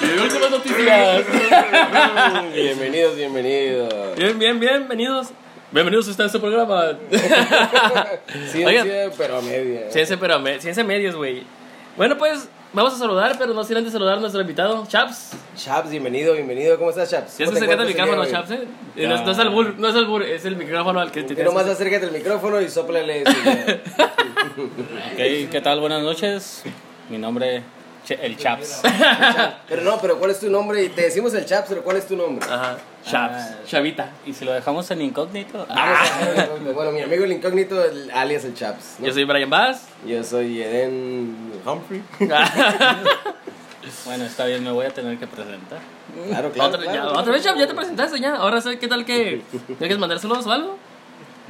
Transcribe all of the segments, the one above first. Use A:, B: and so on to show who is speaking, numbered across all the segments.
A: Bienvenidos a las noticias.
B: Bienvenidos, bienvenidos.
A: Bien, bien, bienvenidos. Bienvenidos a este programa.
B: Ciencia,
A: Oigan,
B: pero a media.
A: ciencia, pero me- ciencia medias, güey. Bueno, pues vamos a saludar, pero no sin antes saludar a nuestro invitado, Chaps.
B: Chaps, bienvenido, bienvenido. ¿Cómo estás, Chaps?
A: Ya se
B: ¿Cómo te
A: acerca el
B: encuentras
A: micrófono,
B: el
A: Chaps, eh.
B: día de
A: Y No, es- no es el bur, no es el bur, es el micrófono al que te
B: hoy? Tú nomás acércate al micrófono y sóplale. señor.
C: Ok, ¿qué tal? Buenas noches. Mi nombre es Ch- el Chaps.
B: pero no, pero ¿cuál es tu nombre? Y Te decimos el Chaps, pero ¿cuál es tu nombre?
A: Ajá, Chaps,
C: Ah.
A: Chavita.
C: Y si lo dejamos en incógnito, ah,
B: Vamos
A: Ah.
B: a ver, bueno, mi amigo el incógnito, el alias el Chaps. ¿no?
A: Yo soy Brian Bass.
B: Yo soy Eden Humphrey.
A: Ah,
C: bueno, está bien, me voy a tener que presentar.
B: Claro, claro.
A: Otra,
B: claro.
A: ya, otra vez, Chaps, ya te presentaste ya. Ahora sé qué tal que. ¿Quieres mandar saludos o algo?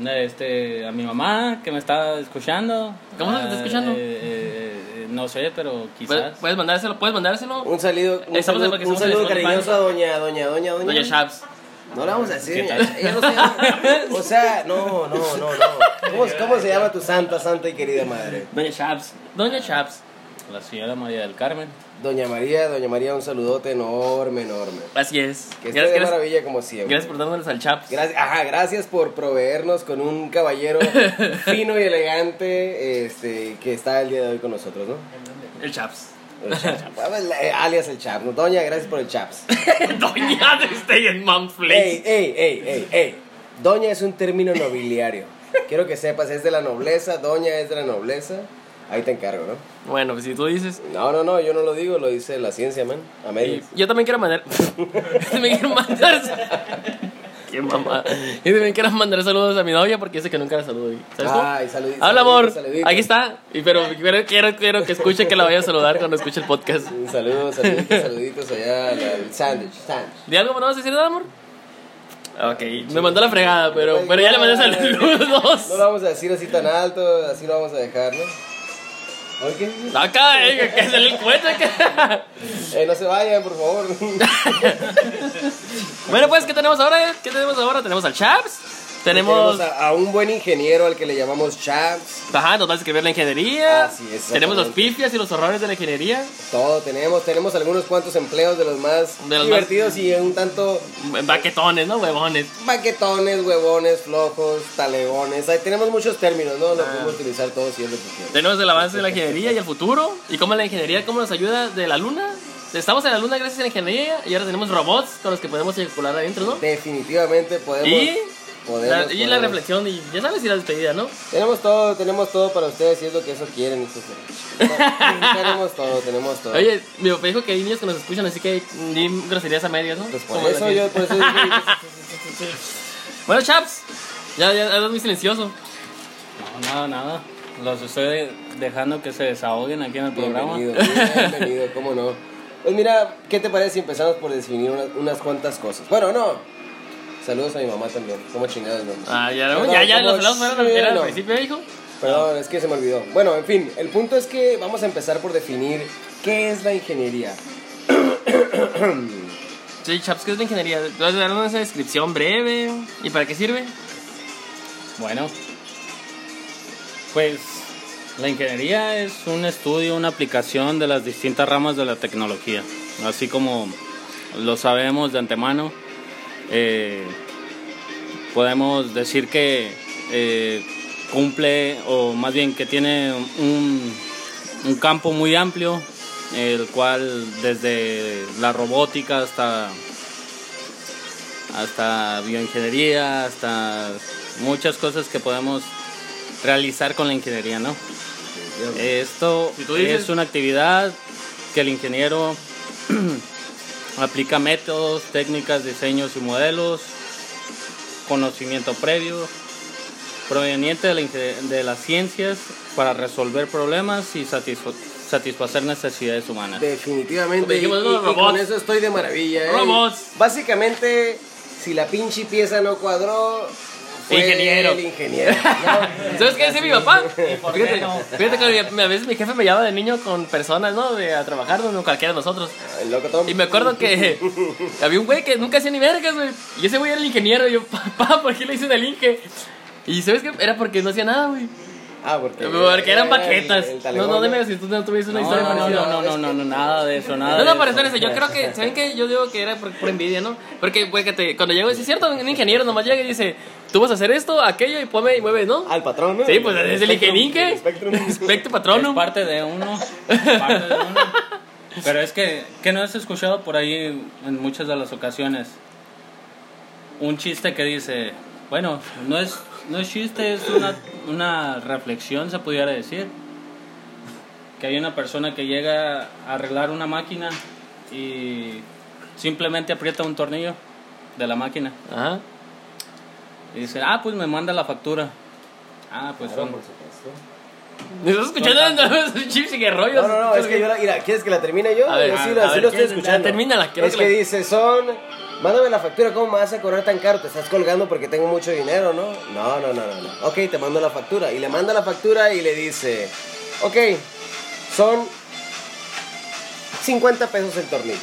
C: Este, a mi mamá que me está escuchando.
A: ¿Cómo se está
C: Ah,
A: escuchando?
C: eh, eh, eh, no sé, pero
A: Puedes
C: quizás.
A: puedes mandárselo, puedes mandárselo.
B: Un saludo, un
A: Estamos en-
B: saludo,
A: porque
B: un
A: estamos en
B: saludo
A: Spotify.
B: cariñoso a doña, doña, doña, doña.
A: Doña Chaps.
B: No la vamos a decir.
C: ¿Qué
B: Ella
C: tal?
B: ella no se llama. O sea, no, no, no, no. ¿Cómo, cómo se llama tu santa, santa y querida madre?
C: Doña Chaps.
A: Doña Chaps.
C: La señora María del Carmen.
B: Doña María, doña María, un saludote enorme, enorme.
A: Así es.
B: Que esté
A: Gracias,
B: de
A: gracias,
B: maravilla como siempre.
A: gracias por dándoles al Chaps.
B: Gracias, ajá, gracias por proveernos con un caballero fino y elegante este, que está el día de hoy con nosotros, ¿no?
A: El Chaps.
B: El Chaps. Pues, eh, Alias el Chaps, ¿no? Doña, gracias por el Chaps.
A: Doña de este Stay en Mount
B: Ey,
A: Place.
B: ey, ey, ey, ey. Doña es un término nobiliario. Quiero que sepas, es de la nobleza, doña es de la nobleza. Ahí te encargo, ¿no?
A: Bueno, pues si tú dices. eh,
B: No, no, no, yo no lo digo, lo dice la ciencia, man. A medias.
A: Yo también quiero mandar. Yo también quiero mandar. Qué mamá. Yo también quiero mandar saludos a mi novia porque dice que nunca la saludo. güey. ¿Sabes cómo?
B: Ay, saludito,
A: Habla, amor.
B: saludito, saludito.
A: Aquí está. Y pero quiero, quiero, quiero que escuche que la vaya a saludar cuando escuche el podcast.
B: Un saludo, saluditos, saluditos allá al, al sándwich, sándwich.
A: ¿De algo no vas a decir nada, amor? Ok, me mandó la fregada, pero, pero ya le mandé
B: No
A: saludos.
B: lo vamos a decir así tan alto, así lo vamos a dejar, ¿no? ¿Ok?
A: Acá, eh, que se le cuenta que.
B: Eh, no se vayan, por favor.
A: Bueno, pues, ¿qué tenemos ahora? ¿Qué tenemos ahora? Tenemos al Chaps. Tenemos.
B: a, a un buen ingeniero al que le llamamos Chaps.
A: Ajá, nos va a escribir la ingeniería.
B: Así es, Ah, exactamente.
A: tenemos los pifias y los horrores de la ingeniería.
B: Todo tenemos, tenemos algunos cuantos empleos de los más
A: De los
B: divertidos y un tanto
A: Baquetones, ¿no? Huevones.
B: baquetones, huevones, flojos, talegones. Ahí tenemos muchos términos, ¿no?
A: Ah.
B: Los podemos utilizar todos si es lo que quieran.
A: Tenemos el avance de la ingeniería y el futuro. Y cómo la ingeniería, cómo nos ayuda de la luna. Estamos en la luna gracias a la ingeniería. Y ahora tenemos robots con los que podemos circular adentro, ¿no?
B: Definitivamente podemos.
A: Y.
B: podemos,
A: la, y la
B: podemos.
A: reflexión. Y ya sabes, y la despedida, ¿no?
B: Tenemos todo, tenemos todo para ustedes si es lo que eso quieren. hijos de- tenemos todo, tenemos todo.
A: Oye, mi papá dijo que hay niños que nos escuchan, así que ni groserías a medias, ¿no?
B: pues por
A: Como
B: eso
A: las-
B: yo, por eso dije,
A: Bueno, chaps, ya, ya, andas muy silencioso.
C: No, nada, nada. Los estoy dejando que se desahoguen aquí en el programa.
B: bienvenido, bienvenido, cómo no. Pues mira, ¿qué te parece si empezamos por definir unas, unas cuantas cosas? Bueno, no. Saludos a mi mamá también. ¿Cómo chingados, no?
A: Ah, ya,
B: Perdón,
A: ya, ya,
B: ¿cómo
A: los hablamos fueron al-
B: chino?
A: era al principio, hijo.
B: Perdón, es que se me olvidó. Bueno, en fin, el punto es que vamos a empezar por definir qué es la ingeniería.
A: Sí, chaps, ¿qué es la ingeniería? Tú vas a dar una descripción breve. ¿Y para qué sirve?
C: Bueno, pues la ingeniería es un estudio, una aplicación de las distintas ramas de la tecnología. Así como lo sabemos de antemano, eh, podemos decir que eh, cumple, o más bien que tiene un, un campo muy amplio, el cual desde la robótica hasta hasta bioingeniería, hasta muchas cosas que podemos realizar con la ingeniería, ¿no? Esto
A: Si tú dices-
C: es una actividad que el ingeniero aplica métodos, técnicas, diseños y modelos, conocimiento previo proveniente de, la inge- de las ciencias para resolver problemas y satisfa- satisfacer necesidades humanas.
B: Definitivamente.
A: Como
B: Y,
A: dijimos,
B: y-
A: los
B: y
A: robots.
B: con eso estoy de maravilla. ¿eh?
A: Robots.
B: Básicamente, si la pinche pieza no cuadró. fue
A: Ingeniero.
B: El ingeniero. ¿no?
A: ¿Sabes qué decía mi papá? Fíjate, fíjate que mi- a veces mi jefe me llevaba de niño con personas, ¿no? De, a trabajar con cualquiera de nosotros.
B: El loco Tom.
A: Y me acuerdo que había un güey que nunca hacía ni vergas, güey. Y ese güey era el ingeniero. Y yo, papá, ¿por qué le dicen el Inge? Y ¿sabes qué? Era porque no hacía nada, güey.
B: Ah, porque.
A: Porque eran
B: el-
A: paquetas.
B: el
A: No,
B: talegón,
A: no, dime si tú no tuviste una
C: No,
A: historia
C: no, no,
A: parecida.
C: no, no, no, no, nada de eso, nada.
A: No, no,
C: de
A: pero
C: eso.
A: espérense, yo creo que, ¿saben qué? Yo digo que era por, por envidia, ¿no? Porque, pues, que te- cuando llego, sí es cierto, un ingeniero nomás llega y dice, tú vas a hacer esto, aquello, y ponme y mueve, ¿no?
B: Al patrón, ¿no?
A: Sí, pues, es el
B: Spectrum,
A: ingenique.
B: el Spectrum.
A: Espectro
C: Es
A: patrono.
C: parte de uno. parte de uno. Pero es que, que no has escuchado por ahí en muchas de las ocasiones un chiste que dice, bueno, no es, no es chiste, es una, una reflexión, se pudiera decir. Que hay una persona que llega a arreglar una máquina y simplemente aprieta un tornillo de la máquina.
A: Ajá.
C: Y dice, ah, pues me manda la factura. Ah, pues
B: Claro,
C: son-
B: por supuesto.
A: ¿Me estás escuchando? No, chips y qué rollos.
B: No, no, no, es que yo la. Mira, ¿quieres que la termine yo?
A: A ver,
B: yo
A: a
B: sí,
A: ver,
B: la,
A: a
B: sí
A: ver,
B: lo estoy
A: ¿quieres-
B: escuchando.
A: la- termínala, quiero
B: es
A: que
B: que
A: la-
B: dice, son. Mándame la factura, ¿cómo me vas a cobrar tan caro? Te estás colgando porque tengo mucho dinero, ¿no? No, no, no, no. no. Ok, te mando la factura. Y le manda la factura y le dice, ok, son 50 pesos el tornillo.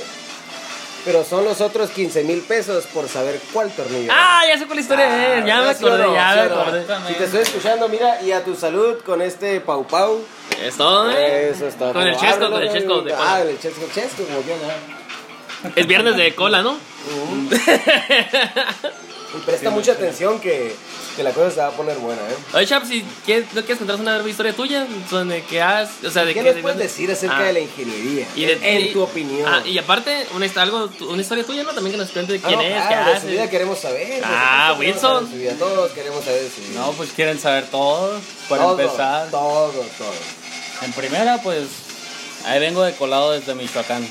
B: Pero son los otros 15 mil pesos por saber cuál tornillo.
A: Ah, ya sé cuál historia es. Ya me
B: ¿sí o
A: acordé,
B: no?
A: ya
B: ¿Sí
A: me
B: o no?
A: acordé.
B: Si te estoy escuchando, mira, y a tu salud con este Pau Pau.
A: Es todo, ¿eh?
B: Eso está.
A: Con el
B: Pero
A: chesco,
B: ábrelo,
A: con el chesco. de
B: güey.
A: cola.
B: Ah, el chesco, chesco, como ¿eh? que no.
A: Es viernes de cola, ¿no?
B: uh-huh. Y Presta mucha atención que, que la cosa se va a poner buena, ¿eh?
A: Oye, Chap, si quieres, no quieres contarnos una breve historia tuya, donde que has, o sea, de
B: ¿Qué
A: que-
B: nos puedes decir acerca
A: Ah.
B: de la ingeniería?
A: Y de-
B: en
A: y-
B: tu opinión.
A: Ah, y aparte, una, hist- algo, tu- una historia tuya, ¿no? También que nos cuente
B: Ah,
A: quién
B: no,
A: es,
B: claro,
A: qué
B: de su vida
A: hace.
B: queremos saber.
A: Ah,
B: por supuesto,
A: Wilson.
B: queremos saber de su vida, Todos queremos saber de su vida.
C: No, pues quieren saber todo, para
B: Todo,
C: empezar.
B: Todo, todo.
C: En primera, pues, ahí vengo de colado desde Michoacán.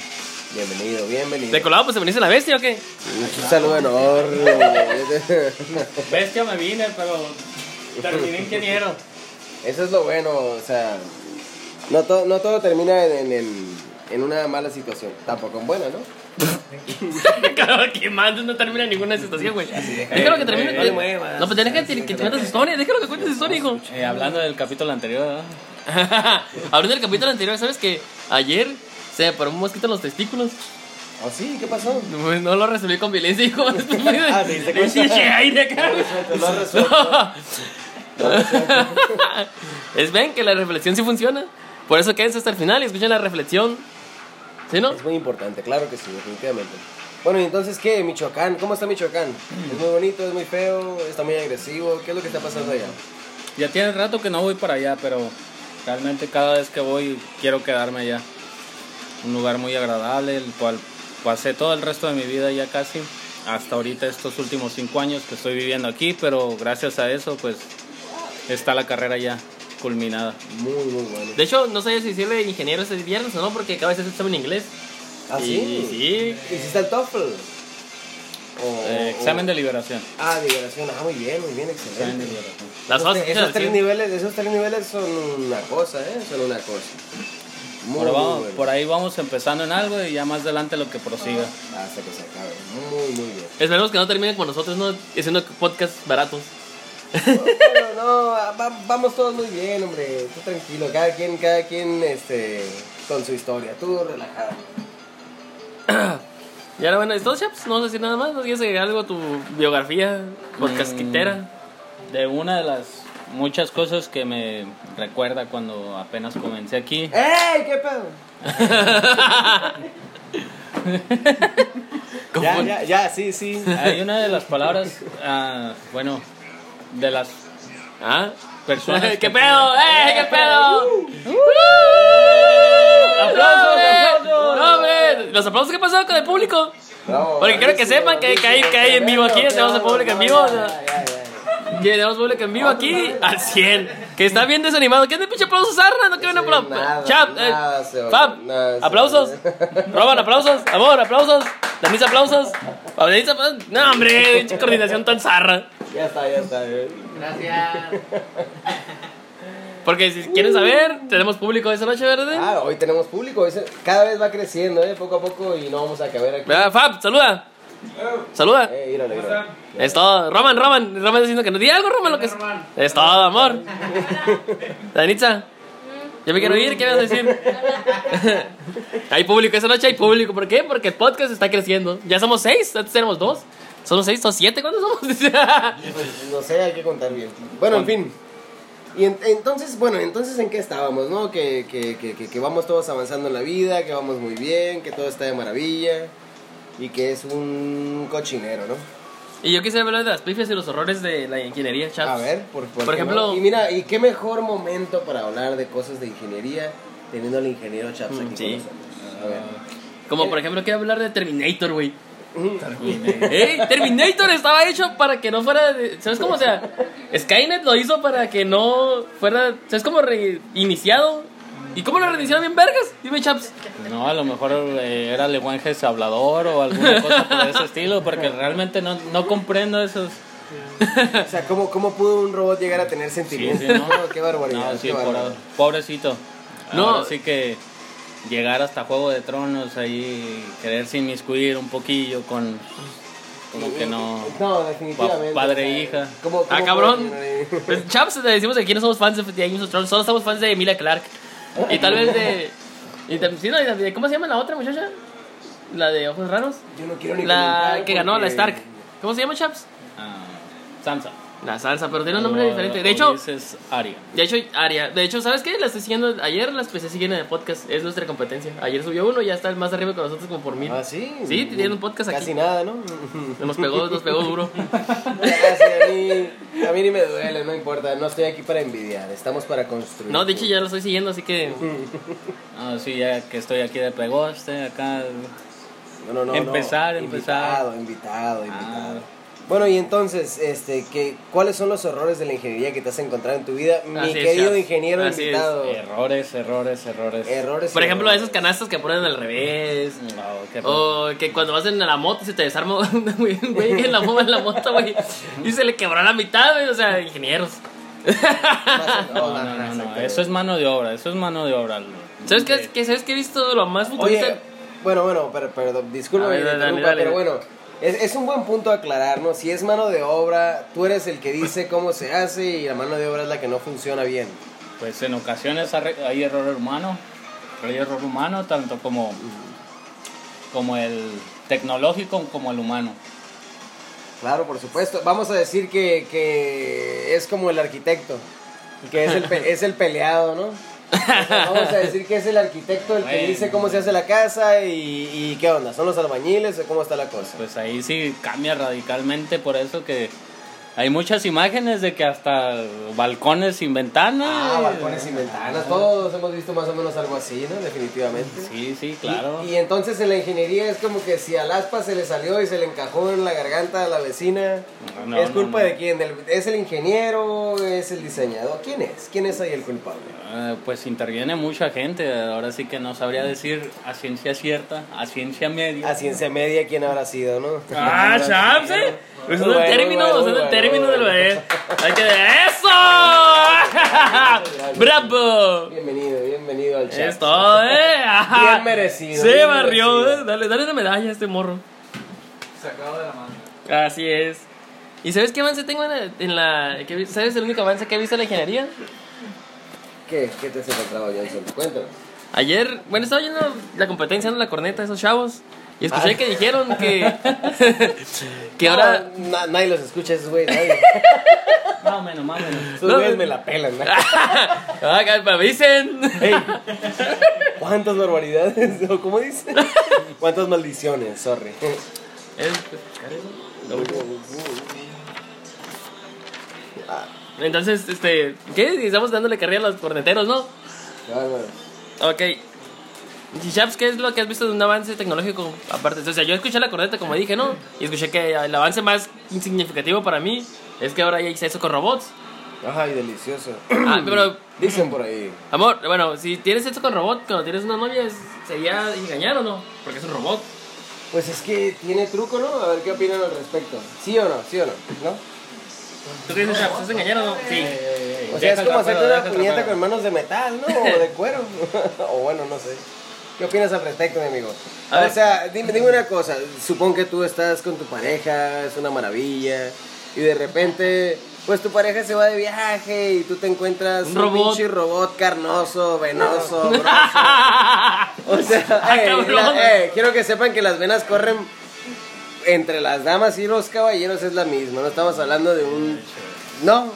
B: Bienvenido, bienvenido.
A: ¿De colado pues se veniste la bestia o qué?
B: Un saludo enorme.
C: Bestia me vine, pero terminé ingeniero.
B: Eso es lo bueno, o sea, no, to- no todo termina en, en- en- en una mala situación, tampoco en buena, ¿no?
A: claro que mandes, no termina ninguna situación, güey. Déjalo que termine.
C: eh,
A: eh,
C: no le
A: no, pues deja que te, que te metas historia, déjalo que cuentes historia, hijo.
C: Eh, hablando del capítulo anterior, ¿verdad?
A: Hablando del capítulo anterior, ¿sabes que ayer se me paró un mosquito en los testículos?
B: ¿Oh sí? ¿Qué pasó?
A: Pues no lo resolví con violencia, hijo.
B: Ah, ¿te diste cuenta?
A: Pinche aire acá, güey.
B: Lo has resuelto.
A: es ven que la reflexión sí funciona. Por eso quédense hasta el final y escuchen la reflexión. ¿Sí, no?
B: Es muy importante, claro que sí, definitivamente. Bueno, y entonces, ¿qué? Michoacán, ¿cómo está Michoacán? ¿Es muy bonito, es muy feo, está muy agresivo? ¿Qué es lo que está pasando allá?
C: Ya tiene rato que no voy para allá, pero realmente cada vez que voy quiero quedarme allá. Un lugar muy agradable, el cual pasé todo el resto de mi vida ya casi, hasta ahorita estos últimos cinco años que estoy viviendo aquí, pero gracias a eso, pues, está la carrera ya culminada.
B: Muy, muy bueno.
A: De hecho, no sé si sirve ingeniero este viernes o no, porque acaba de hacer examen en inglés.
B: ¿Ah,
A: Y
B: sí?
A: sí.
B: ¿Hiciste el TOEFL? O-
C: Eh,
B: o-
C: examen de liberación.
B: Ah, liberación, ah, muy bien, muy bien,
C: Examen
B: excelente.
C: de liberación.
A: Las
B: Esos,
A: cosas
B: te-
A: que
B: esos
A: se
B: tres
A: hacen.
B: niveles, esos tres niveles son una cosa, ¿eh? Son una cosa. Muy,
C: Por,
B: muy
C: vamos-
B: bueno.
C: por ahí vamos empezando en algo y ya más adelante lo que prosiga.
B: Hasta que se acabe. Muy, muy bien.
A: Esperemos que no terminen con nosotros, ¿no? Haciendo podcasts baratos.
B: Pero no, va- vamos todos muy bien, hombre. Tú tranquilo, cada quien, cada quien, este, con su historia. Tú relajado.
A: Y ahora, bueno, estos chaps, no vas a decir nada más. ¿No quieres agregar algo a tu biografía
B: Mm.
A: podcastquitera?
C: De una de las muchas cosas que me recuerda cuando apenas comencé aquí.
B: ¡Ey! ¿Qué pedo?
A: ¿Cómo?
B: Ya, ya, ya, sí, sí.
C: Hay una de las palabras, ah, bueno, de las
A: ¿Ah?
C: personas. que-
A: ¡Qué pedo! ¡Eh! ¡Qué pedo!
B: ¡Uh!
C: ¡Aplausos,
A: ¡No,
C: aplausos!
A: hombre! ¿Los aplausos qué pasó con el público?
B: Bravo,
A: Porque quiero que
B: buenísimo,
A: sepan que- que hay- que hay en vivo aquí,
B: buenísimo.
A: tenemos a público en vivo,
B: Ya,
A: o sea.
B: ya, ya,
A: Que tenemos público en vivo aquí al 100. Que está bien desanimado. ¿Qué de pinche aplausos, Sarra? No quieren
B: Sí,
A: aplausos.
B: nada,
A: Chap,
B: nada,
A: eh,
B: se oye,
A: Fab,
B: nada, se
A: aplausos.
B: oye.
A: Roban aplausos. Amor, aplausos. Denise, aplausos. Denise, aplausos. No, hombre, pinche coordinación tan Sarra.
B: ya. Ya está, ya está. eh.
A: Porque si quieren saber, tenemos público esa noche, ¿verdad?
B: Ah, hoy tenemos público. ese- Cada vez va creciendo, ¿eh? Poco a poco y no vamos a caber aquí.
A: Ah, Fab, saluda. Saluda.
B: Eh, míralo, míralo.
A: Es todo. Roman, Roman. Roman diciendo que no. Di algo, Roman, lo que es. Es todo, amor. Danitza. Yo me quiero ir, ¿qué me vas a decir? hay público, esa noche hay público. ¿Por qué? Porque el podcast está creciendo. Ya somos seis, antes éramos dos. Somos seis, somos siete, ¿cuántos somos?
B: Pues, no sé, hay que contar bien. Bueno, en fin. Y en- entonces, bueno, entonces en qué estábamos, ¿no? Que, que, que, que, que vamos todos avanzando en la vida, que vamos muy bien, que todo está de maravilla y que es un cochinero, ¿no?
A: Y yo quisiera hablar de las pifias y los horrores de la ingeniería, chaps.
B: A ver, por, por,
A: Por
B: qué no?
A: ejemplo-
B: Y mira, y qué mejor momento para hablar de cosas de ingeniería teniendo al ingeniero Chaps
A: Mm,
B: aquí
A: sí.
B: con nosotros. A ver.
A: Como por ejemplo, quiero hablar de Terminator, güey. ¡Ey! Terminator estaba hecho para que no fuera. de- ¿Sabes cómo? O sea, Skynet lo hizo para que no fuera. ¿Sabes cómo? Reiniciado. ¿Y cómo lo reiniciaron bien, vergas? Dime, chaps.
C: No, a lo mejor eh, era lenguaje hablador o alguna cosa por ese estilo, porque realmente no, no comprendo esos.
B: O sea, ¿cómo, ¿cómo pudo un robot llegar a tener sentimientos?
C: sí, ¿no?
B: Qué barbaridad.
C: No, sí,
B: qué barbaridad.
C: por- pobrecito.
A: No.
C: No, así que llegar hasta Juego de Tronos ahí, quererse inmiscuir un poquillo con. Como que no.
B: No, definitivamente.
C: Pa- padre
B: o sea,
C: e hija.
B: ¿cómo-
A: Ah,
B: cómo
A: cabrón.
B: puede tener ahí?
A: Pues, chaps, te decimos que aquí no somos fans de Game of Thrones, solo somos fans de Emilia Clark. Y tal vez de. y tam- sí, no, y de- ¿Cómo se llama la otra muchacha? La de ojos raros.
B: Yo no quiero ni
A: La
B: comentar
A: que ganó, la
B: porque-
A: Stark. ¿Cómo se llama, chaps?
C: Ah, Sansa.
A: La salsa, pero tiene un nombre
C: O-
A: diferente.
C: o
A: De hecho,
C: dices Arya.
A: de hecho, Aria. De hecho, ¿sabes qué? La estoy siguiendo. Ayer las empecé siguiendo en el podcast. Es nuestra competencia. Ayer subió uno y ya está más arriba con nosotros como por mil.
B: Ah, sí.
A: Sí, tienen un podcast aquí.
B: Casi nada, ¿no?
A: Nos pegó, nos pegó duro.
B: Ah, sí, a, mí, a mí ni me duele, no importa. No estoy aquí para envidiar, estamos para construir.
A: No, de hecho ya lo estoy siguiendo, así que.
C: Ah, sí, ya que estoy aquí de pegoste, acá.
B: No, no, no, no.
C: Empezar, empezar.
B: Invitado, invitado, invitado.
C: Ah.
B: Bueno, y entonces, este, ¿qué, ¿cuáles son los horrores de la ingeniería que te has encontrado en tu vida? Mi
A: Así es,
B: querido
A: Charles.
B: ingeniero
A: Así es. Eh,
B: invitado.
C: Errores, errores, errores.
B: Errores.
A: Por ejemplo,
B: errores.
A: esos canastas que ponen al revés.
C: No, qué
A: O que cuando vas en la moto se te desarma un güey un güey en la fuma en la moto, güey. Y se le quebró la mitad, güey. O sea, ingenieros.
B: Más-
C: No, no, no, no, eso es mano de obra, eso es mano de obra.
A: ¿Sabes qué, qué- ¿Sabes qué he visto lo más futurista?
B: Oye, bueno, bueno, pero, perdón, disculpa,
A: A ver,
B: que te
A: dale,
B: interrumpa,
A: dale,
B: pero
A: dale.
B: bueno, es, es un buen punto aclarar, ¿no? Si es mano de obra, tú eres el que dice cómo se hace y la mano de obra es la que no funciona bien.
C: Pues en ocasiones arre- hay error humano, hay error humano tanto como, como el tecnológico como el humano.
B: Claro, por supuesto. Vamos a decir que, que es como el arquitecto, que es el, pe- es el peleado, ¿no? O sea, Vamos a decir que es el arquitecto el que
C: Bueno,
B: dice cómo se hace la casa y, y qué onda, ¿son los albañiles o cómo está la cosa?
C: Pues ahí sí cambia radicalmente, por eso que hay muchas imágenes de que hasta balcones sin ventanas.
B: Ah, balcones y ventanas, todos hemos visto más o menos algo así, ¿no? Definitivamente.
C: Sí, sí, claro.
B: Y, y entonces en la ingeniería es como que si al aspa se le salió y se le encajó en la garganta a la vecina,
C: No,
B: ¿es
C: no,
B: culpa
C: no.
B: de quién? ¿Del- ¿Es el ingeniero? ¿Es el diseñador? ¿Quién es? ¿Quién es ahí el culpable?
C: Ah, pues interviene mucha gente, ahora sí que no sabría decir a ciencia cierta, a ciencia media.
B: A ciencia media, ¿quién habrá sido, no?
A: Ah, chaps, eh.
B: Muy
A: Usando
B: bueno,
A: el término,
B: muy bueno,
A: usando el
B: muy
A: término
B: bueno,
A: de lo
B: muy
A: es. Hay que ¡Eso! ¡Bravo!
B: Bienvenido, bienvenido al chat.
A: Es todo, eh. Ajá.
B: Bien merecido,
A: Se
B: bien
A: barrió,
B: merecido.
A: eh. Dale, dale una medalla a este morro. Sacado de la mano. Así es. ¿Y sabes qué avance tengo en la. en la- que vi- ¿Sabes el único avance que he visto en la ingeniería?
B: ¿Qué? ¿Qué te has encontrado, Johnson? Cuéntanos.
A: Ayer, bueno, estaba yendo la competencia en la corneta de esos chavos. Y escuché
B: Ah.
A: que dijeron que. que ahora.
B: No, na- nadie los escucha, esos güeyes. nadie.
C: Más o menos, más o menos.
B: Esos
A: No,
B: güeyes
A: no.
B: me la pelan. ¿no?
A: Ah, que me avisen.
B: Ey, ¿Cuántas barbaridades? ¿O cómo dice? ¿Cuántas maldiciones? Sorry.
A: Entonces, este, ¿qué? Estamos dándole carrera a los corneteros, ¿no?
B: Bárbaro.
A: Ok. Y, Chaps, ¿qué es lo que has visto de un avance tecnológico aparte? O sea, yo escuché la corneta, como dije, ¿no? Y escuché que el avance más significativo para mí es que ahora ya hice eso con robots.
B: Ay, delicioso.
A: Ah, pero,
B: Dicen por ahí.
A: amor, bueno, si tienes sexo con robot, cuando tienes una novia, es- ¿sería engañar o no? Porque es un robot.
B: Pues es que tiene truco, ¿no? A ver qué opinan al respecto. ¿Sí o no? ¿Sí o no? ¿No?
A: ¿Tú qué dices, Chaps? ¿Es engañar o no? Sí.
B: O sea, es como hacerte una puñeta
C: puñeta
B: con manos de metal, ¿no? O de cuero. o bueno, no sé. ¿Qué opinas al respecto, mi amigo?
A: A ver.
B: O sea, dime, dime una cosa. Supongo que tú estás con tu pareja, es una maravilla. Y de repente, pues tu pareja se va de viaje y tú te encuentras
A: Un robot.
B: pinche robot carnoso, venoso, grosso. O sea,
A: Ah,
B: eh,
A: cabrón.
B: la- eh, quiero que sepan que las venas corren entre las damas y los caballeros es la misma. No estamos hablando de un. No.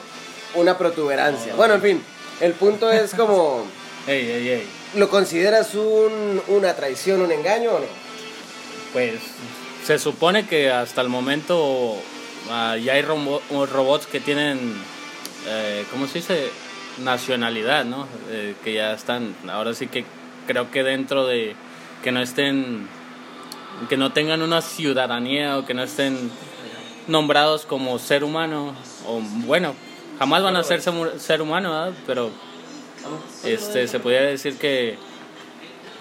B: una protuberancia. Bueno, en fin, el punto es como,
C: Ey, ey, ey.
B: ¿lo consideras un, una traición, un engaño o no?
C: Pues se supone que hasta el momento ah, ya hay robo- robots que tienen, eh, ¿cómo se dice? Nacionalidad, ¿no? Eh, que ya están, ahora sí que creo que dentro de que no estén, que no tengan una ciudadanía o que no estén nombrados como ser humano, o bueno, jamás van a ser semu- ser humano, ¿verdad? Pero este, se podría decir que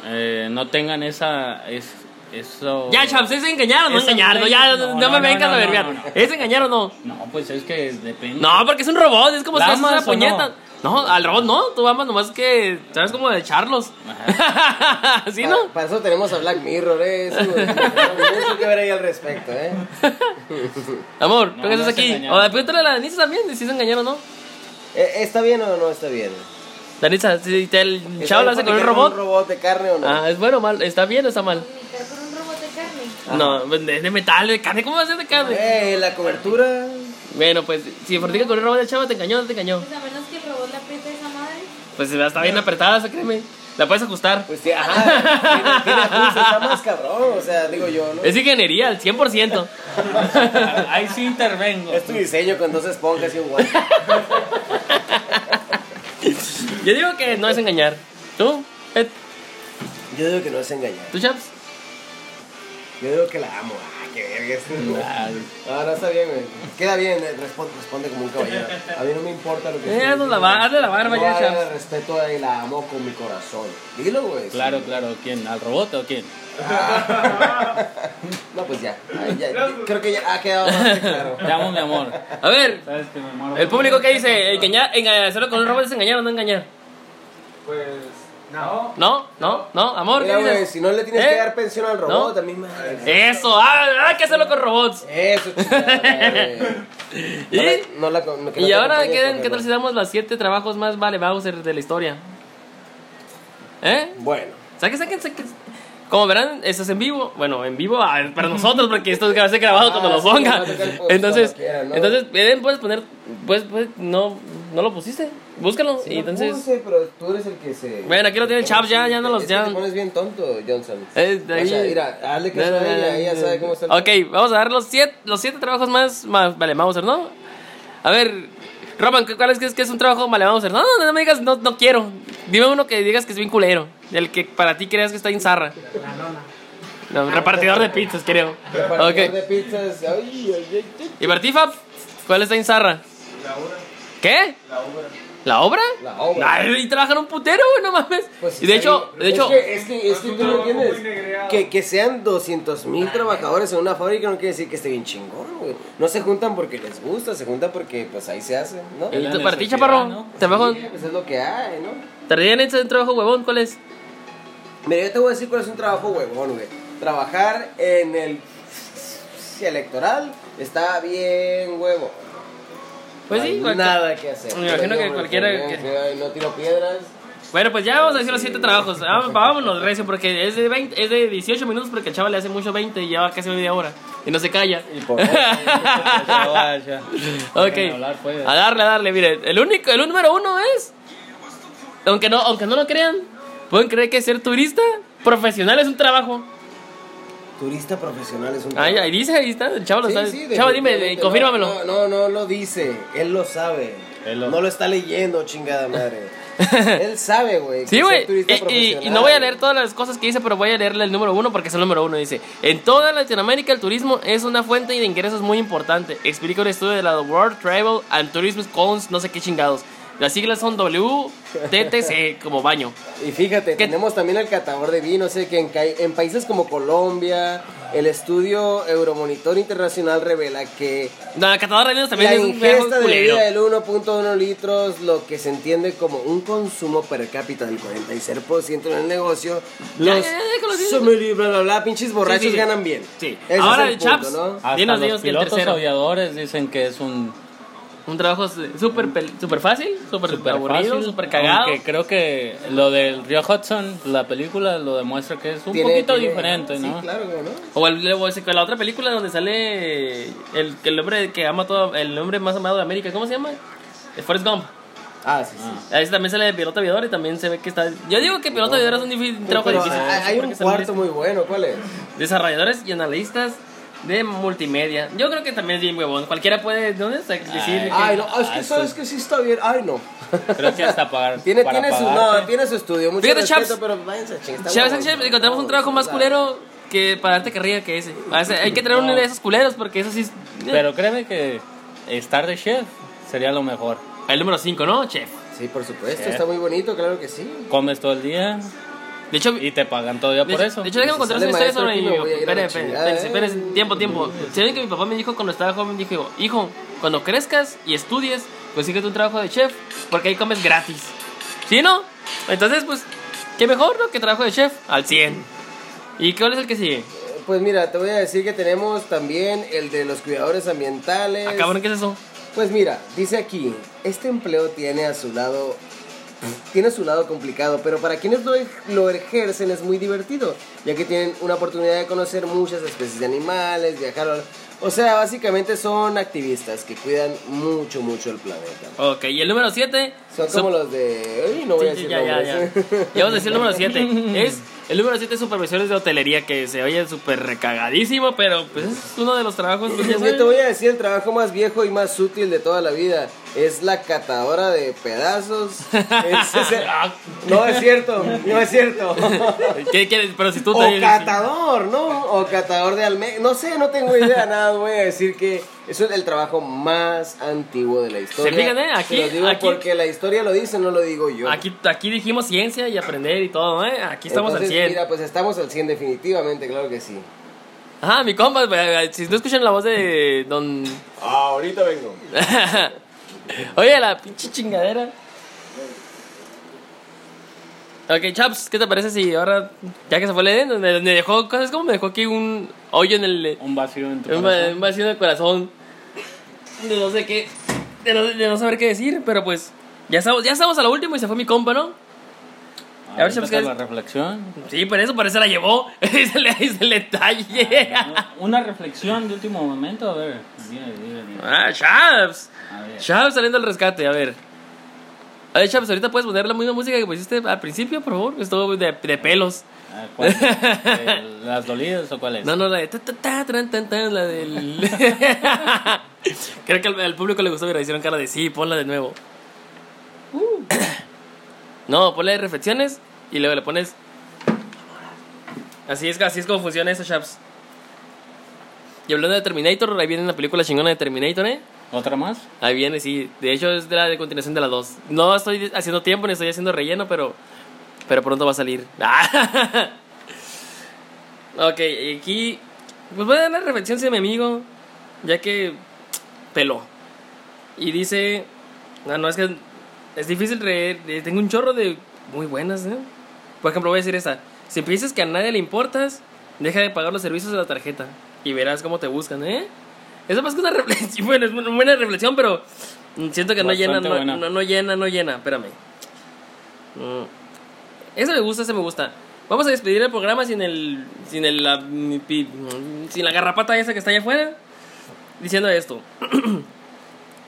C: eh, no tengan esa... es- eso...
A: Ya, chaps, es engañar o no
C: Esa
A: engañar, no, ya,
C: no,
A: no,
C: no,
A: me
C: no,
A: vengas
C: no,
A: a
C: no,
A: verbiar.
C: no, no.
A: ¿Es engañar o no?
C: No, pues es que depende.
A: No, porque es un robot, es como si
C: ¿La
A: haces una
C: amas o no?
A: puñeta. No? al robot no, tú amas nomás que sabes cómo de echarlos. ¿Sí, no?
B: Para, para eso tenemos a Black Mirror, ¿eh? Eso, mucho que ver ahí al respecto, ¿eh?
A: Amor,
C: No,
A: ¿tú qué haces
C: no es
A: aquí?
C: engañar.
A: O pregúntale a la Danitza también, de si es engañar o no.
B: Eh, ¿Está bien o no está bien?
A: Danitza, si te el
B: ¿Está
A: chavo
B: bien
A: lo hace con un
B: platicar
A: robot.
B: ¿Un robot de carne o no?
A: Ah, ¿es bueno o mal? ¿Está bien o está mal?
D: Comunicar con un robot de carne.
C: Ah.
A: No, de, de metal, de carne, ¿cómo va a ser de carne?
B: Eh, la cobertura.
A: Bueno, pues si practicas con un robot de chavo, te engañó, no te engañó.
D: Pues a menos que el robot le apriete esa madre.
A: Pues está bien apretada, esa, créeme. La puedes ajustar.
B: Pues sí, ajá. Tiene, tiene ajuste, está más cabrón. O sea, digo yo, ¿no?
A: Es ingeniería al 100%.
C: Ahí sí intervengo.
B: Es tu diseño con dos esponjas y un guante.
A: Yo digo que no es engañar. ¿Tú? Ed,
B: Yo digo que no es engañar.
A: ¿Tú, Chaps?
B: Yo digo que la amo. Ah, qué verga es.
C: Ay,
B: No, no está bien, güey. Queda bien, eh, responde, responde como un caballero. A mí no me importa lo que
A: Eh,
B: tú
A: hazle la bar- hazle la barba
B: Yo
A: ya,
B: a ella
A: Chaps.
B: la respeto y la amo con mi corazón. Dilo, güey.
C: Claro, claro. ¿Quién? ¿Al robot o quién?
B: No, pues ya. Ay, ya, ya, Creo que ya ha quedado bastante claro.
C: Te amo, mi amor.
A: A ver,
E: Sabes que me muero.
A: el público que dice, engañar, enga- hacerlo con un robot es engañar o no engañar.
E: Pues. No.
A: No, no, no, amor, ¿qué
B: Mira, güey,
A: dices?
B: si no le tienes
A: ¿Eh?
B: que dar pensión al robot,
A: ¿No?
B: a mí madre.
A: Eso, ah, hay que hacerlo con robots.
B: Eso, chingada, madre.
A: ¿Y?
B: No la- no la con- que no
A: Y
B: te
A: ahora,
B: acompañe,
A: ¿qué,
B: por
A: ¿qué tal si
B: favor.
A: damos los siete trabajos más vale Bowser de la historia? ¿Eh?
B: Bueno,
A: Saquen, saquen, saquen. Como verán, esto es en vivo. Bueno, en vivo ah, para nosotros, porque esto va a ser grabado
B: Ah,
A: cuando lo
B: sí, va
A: ponga.
B: a tocar, pues,
A: Entonces,
B: cuando quiera, ¿no?
A: entonces, Eden, puedes poner. Pues, pues, no, no lo pusiste. Búscalo.
B: sí
A: y
B: lo
A: entonces.
B: puse, pero tú eres el que se.
A: Bueno, aquí lo tiene Chaps, ya, ya no los-
B: Es que
A: ya-
B: Te pones bien tonto, Johnson.
A: Eh, de
B: O sea,
A: ahí-
B: mira, hazle caso a ella, ella sabe cómo está el-
A: Ok, vamos a dar los siete, los siete trabajos más, más Vale Mauser, ¿no? A ver, Roman, ¿cu- ¿cuál es que es, que es un trabajo Vale Mauser? No, no, no me digas, no, no quiero. Dime uno que digas que es bien culero. El que para ti creas que está en zarra.
E: La lona.
A: No, repartidor de pizzas, creo.
B: Repartidor de
A: Ok.
B: pizzas. Ay, ay, ay, ay.
A: ¿Y Bertifa? ¿Cuál está en zarra?
E: La obra.
A: ¿Qué?
E: La obra.
A: ¿La obra?
B: La obra.
A: Ay, y trabajan un putero, güey, no mames.
B: Pues sí,
A: y de
B: está
A: hecho,
B: bien.
A: de hecho,
B: Es que, es que, es
E: Pero
B: que
E: es un
B: tú no
E: trabajo muy
B: entiendes.
E: negreado.
B: Que, que sean 200 mil trabajadores en una fábrica no quiere decir que esté bien chingón, güey. No se juntan porque les gusta, se juntan porque pues ahí se hace, ¿no?
A: ¿Y
C: la
A: tú, para ti,
C: necesidad,
A: chaparro?
C: ¿no?
A: ¿Trabajo?
B: Sí, pues es lo que hay, ¿no?
A: ¿Te ríen en un trabajo huevón? ¿Cuál es?
B: Mira, yo te voy a decir cuál es un trabajo huevón, güey. Trabajar en el electoral está bien huevo.
A: Pues
B: No
A: sí,
B: hay
A: cualquier-
B: nada que hacer.
A: Me imagino que
B: Hombre,
A: cualquiera
B: también,
A: que-
B: sí, ay, no tiro piedras.
A: Bueno, pues ya vamos a decir los siete trabajos. Ah, Vámonos, recio, porque es de, 20, es de 18 minutos, porque el chaval le hace mucho 20 y lleva casi media hora. Y no se calla.
B: Y por favor,
A: Ok. Ah,
C: Déjenme hablar, pues.
A: A darle, a darle, mire. El único, el número uno es. Aunque no, aunque no lo crean, pueden creer que ser turista profesional es un trabajo.
B: turista profesional es un
A: Ahí, ahí dice, ahí está, el chavo lo
B: Sí,
A: sabe.
B: sí,
A: chavo, dime, eh,
B: definitivamente.
A: confírmamelo.
B: No, no, no lo dice. Él lo sabe.
C: Él lo-
B: No lo está leyendo, chingada madre. Él sabe, güey. que
A: Sí,
B: ser
A: güey. eh,
B: turista
A: Y, y- y
B: profesional,
A: no voy a
B: güey.
A: leer todas las cosas que dice, pero voy a leerle el número uno porque es el número uno. Dice: En toda Latinoamérica, el turismo es una fuente de ingresos muy importante. Explica un estudio de la World Travel and Tourism Cons, no sé qué chingados. Las siglas son WTTC, como baño.
B: Y fíjate,
A: ¿Qué?
B: tenemos también el catador de vino, sé que en, ca- en países como Colombia, el estudio Euromonitor Internacional revela que
A: La catadora de vinos también
B: la
A: es un verbo
B: ingesta de
A: culero.
B: bebida del 1.1 litros, lo que se entiende como un consumo per cápita del 46% en el negocio,
A: Ya,
B: los
A: ya, ya, déjalo, sí, sí.
B: sommelier, bla, bla, bla, pinches borrachos
A: Sí, sí, sí.
B: ganan bien.
A: Sí.
B: Ese
A: Ahora
B: es
A: el
B: punto,
A: Chaps.
B: ¿no?
C: Hasta
A: Dinos,
C: los
A: dinos que el
C: pilotos
A: tercero.
C: aviadores dicen que es un
A: Un trabajo súper pel- súper fácil, súper
C: super
A: aburrido,
C: fácil,
A: súper cagado.
C: Aunque creo que lo del Río Hudson, la película, lo demuestra que es un
B: Tiene-
C: poquito
B: tiene-
C: diferente,
B: sí,
C: ¿no?
B: claro, güey, ¿no?
A: O, el, o ese- la otra película donde sale el, el hombre que ama todo, el hombre más amado de América, ¿cómo se llama? de Forrest Gump.
B: Ah, sí, sí.
A: Ahí también sale de piloto aviador y también se ve que está. Yo digo que piloto aviador es un, difícil, un trabajo
B: Pero
A: difícil.
B: hay- hay
A: porque
B: un
A: son
B: cuarto muy bueno, ¿cuál es?
A: desarrolladores y analistas de multimedia. Yo creo que también es bien huevón. Cualquiera puede, ¿no? O sea, decir que-
B: Ay, no, ah, es
C: Ah,
B: que
C: sí.
B: sabes que sí está bien. Ay, no.
C: Creo que hasta pagar.
B: Tiene,
C: para
B: tiene, su,
C: pagarte.
B: no, tiene su estudio, mucho
A: Fíjate,
B: respeto,
A: Chaps.
B: pero váyanse a chingar.
A: Chavos, Chavos, encontramos un trabajo más culero que para darte carrilla que ese. A ese- hay que traer uno de esos culeros porque eso sí es. Eh.
C: Pero créeme que estar de chef sería lo mejor.
A: El número 5, ¿no, chef?
B: Sí, por supuesto,
C: Sí.
B: está muy bonito, claro que sí.
C: Comes todo el día
A: De hecho,
C: y te pagan todavía
A: de
C: por
A: hecho-
C: eso.
A: De hecho, déjame
B: Si
A: contar
B: sale
A: una historia
B: maestro
A: sobre
B: aquí,
A: mi
B: me voy a ir a la
A: Espérense,
B: chingada,
A: espérense, espérense,
B: eh.
A: tiempo, tiempo. ¿Saben que mi papá me dijo cuando estaba joven? Dijo, hijo, cuando crezcas y estudies, consíguete un trabajo de chef porque ahí comes gratis. ¿Sí, no? Entonces, pues, qué mejor, ¿no? Que trabajo de chef al 100. ¿Y cuál es el que sigue?
B: Eh, Pues mira, te voy a decir que tenemos también el de los cuidadores ambientales.
A: Ah, cabrón, ¿qué es eso?
B: Pues mira, dice aquí, este empleo tiene a su lado tiene su lado complicado, pero para quienes lo, ej- lo ejercen es muy divertido, ya que tienen una oportunidad de conocer muchas especies de animales, viajar, a- o sea, básicamente son activistas que cuidan mucho mucho el planeta.
A: Ok, y el número 7
B: Son como los de, Uy, no voy a
A: Sí,
B: decir
A: sí, ya, ya, ya.
B: nombres.
A: Ya vamos a decir el número 7. Es el número 7 supervisores de hotelería que se oye súper recagadísimo, pero pues es uno de los trabajos. pues, ya
B: Yo te voy
A: saben.
B: a decir el trabajo más viejo y más útil de toda la vida. Es la catadora de pedazos. Es ese-
A: Ah.
B: no es cierto, no es cierto.
A: ¿Qué quieres? Pero si tú
B: O
A: te
B: catador, ¿no? O catador de alme... No sé, no tengo idea, nada, voy a decir que eso es el trabajo más antiguo de la historia.
A: ¿Se fijan, eh? Aquí-
B: lo digo
A: aquí-
B: porque la historia lo dice, no lo digo yo.
A: aquí, aquí dijimos ciencia y aprender y todo, ¿eh? Aquí estamos
B: Entonces,
A: al 100.
B: Mira, pues estamos al 100 definitivamente, claro que sí.
A: Ajá, mi compa, eh, eh, si no escuchan la voz de don...
E: Ah, Ahorita vengo.
A: Oye, la pinche chingadera. Ok, chaps, ¿qué te parece si ahora, ya que se fue el Edén, me, me dejó cosas como me dejó aquí un hoyo en el...
C: Un vacío en tu
A: Un va-
C: corazón.
A: un vacío de corazón. De no sé qué. De no, de no saber qué decir, pero pues. Ya estamos, ya estamos a lo último y se fue mi compa, ¿no?
C: A
A: ver,
C: ver,
A: Chaps,
C: Chaps,
A: ¿qué es?
C: la reflexión.
A: Sí, por eso, por eso la llevó. es, el, es el detalle.
C: Una reflexión de último momento, a ver. Mira, mira, mira.
A: Ah, Chaps.
C: A ver.
A: Chaps saliendo al rescate, a ver. A ver, Chaps, ahorita puedes poner la misma música que pusiste al principio, por favor. que Estuvo de, de pelos.
C: Ah, ¿cuál? Eh, ¿Las dolidas o cuál es?
A: No, no, la de. ta, ta, ta, tran, tan, tan, la del. Creo que al, al público le gustó, pero hicieron cara de sí, ponla de nuevo. No, ponle reflexiones y luego le pones. Así es, así es como funciona eso, chaps. Y hablando de Terminator, ahí viene la película chingona de Terminator, ¿eh?
C: ¿Otra más?
A: Ahí viene, sí. De hecho, es de la de continuación de la 2. No estoy haciendo tiempo ni estoy haciendo relleno, pero. Pero pronto va a salir. ok, y aquí. Pues voy a dar la reflexión de mi amigo, ya que. Peló. Y dice. No, no, es que. Es difícil reír. eh, Tengo un chorro de muy buenas, ¿eh? Por ejemplo, voy a decir esta. Si piensas que a nadie le importas, deja de pagar los servicios de la tarjeta. Y verás cómo te buscan, ¿eh? Eso más que una reflexión. Bueno, es una buena reflexión, pero mm, siento que no llena,
C: Bastante
A: no,
C: buena.
A: no, no llena, no llena. Espérame. Mm. Ese me gusta, ese me gusta. Vamos a despedir el programa sin el. sin el. la- mi pi- sin la garrapata esa que está allá afuera. Diciendo esto.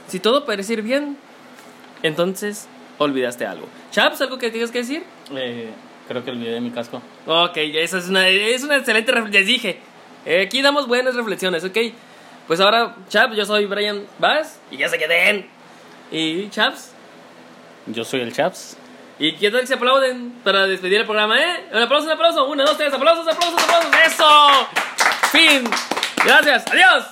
A: si todo parece ir bien, entonces olvidaste algo. Chaps, ¿algo que tienes que decir?
C: Eh, creo que olvidé mi casco.
A: Ok, esa es una, es una excelente reflexión. Les dije, eh, aquí damos buenas reflexiones, ok. Pues ahora, Chaps, yo soy Brian Bass y ya se queden. Y Chaps,
C: Yo soy el Chaps.
A: y qué tal que se aplauden para despedir el programa, ¿eh? Un aplauso, un aplauso. Una, dos, tres, aplausos, aplausos, aplausos. ¡Eso! Fin. Gracias. Adiós.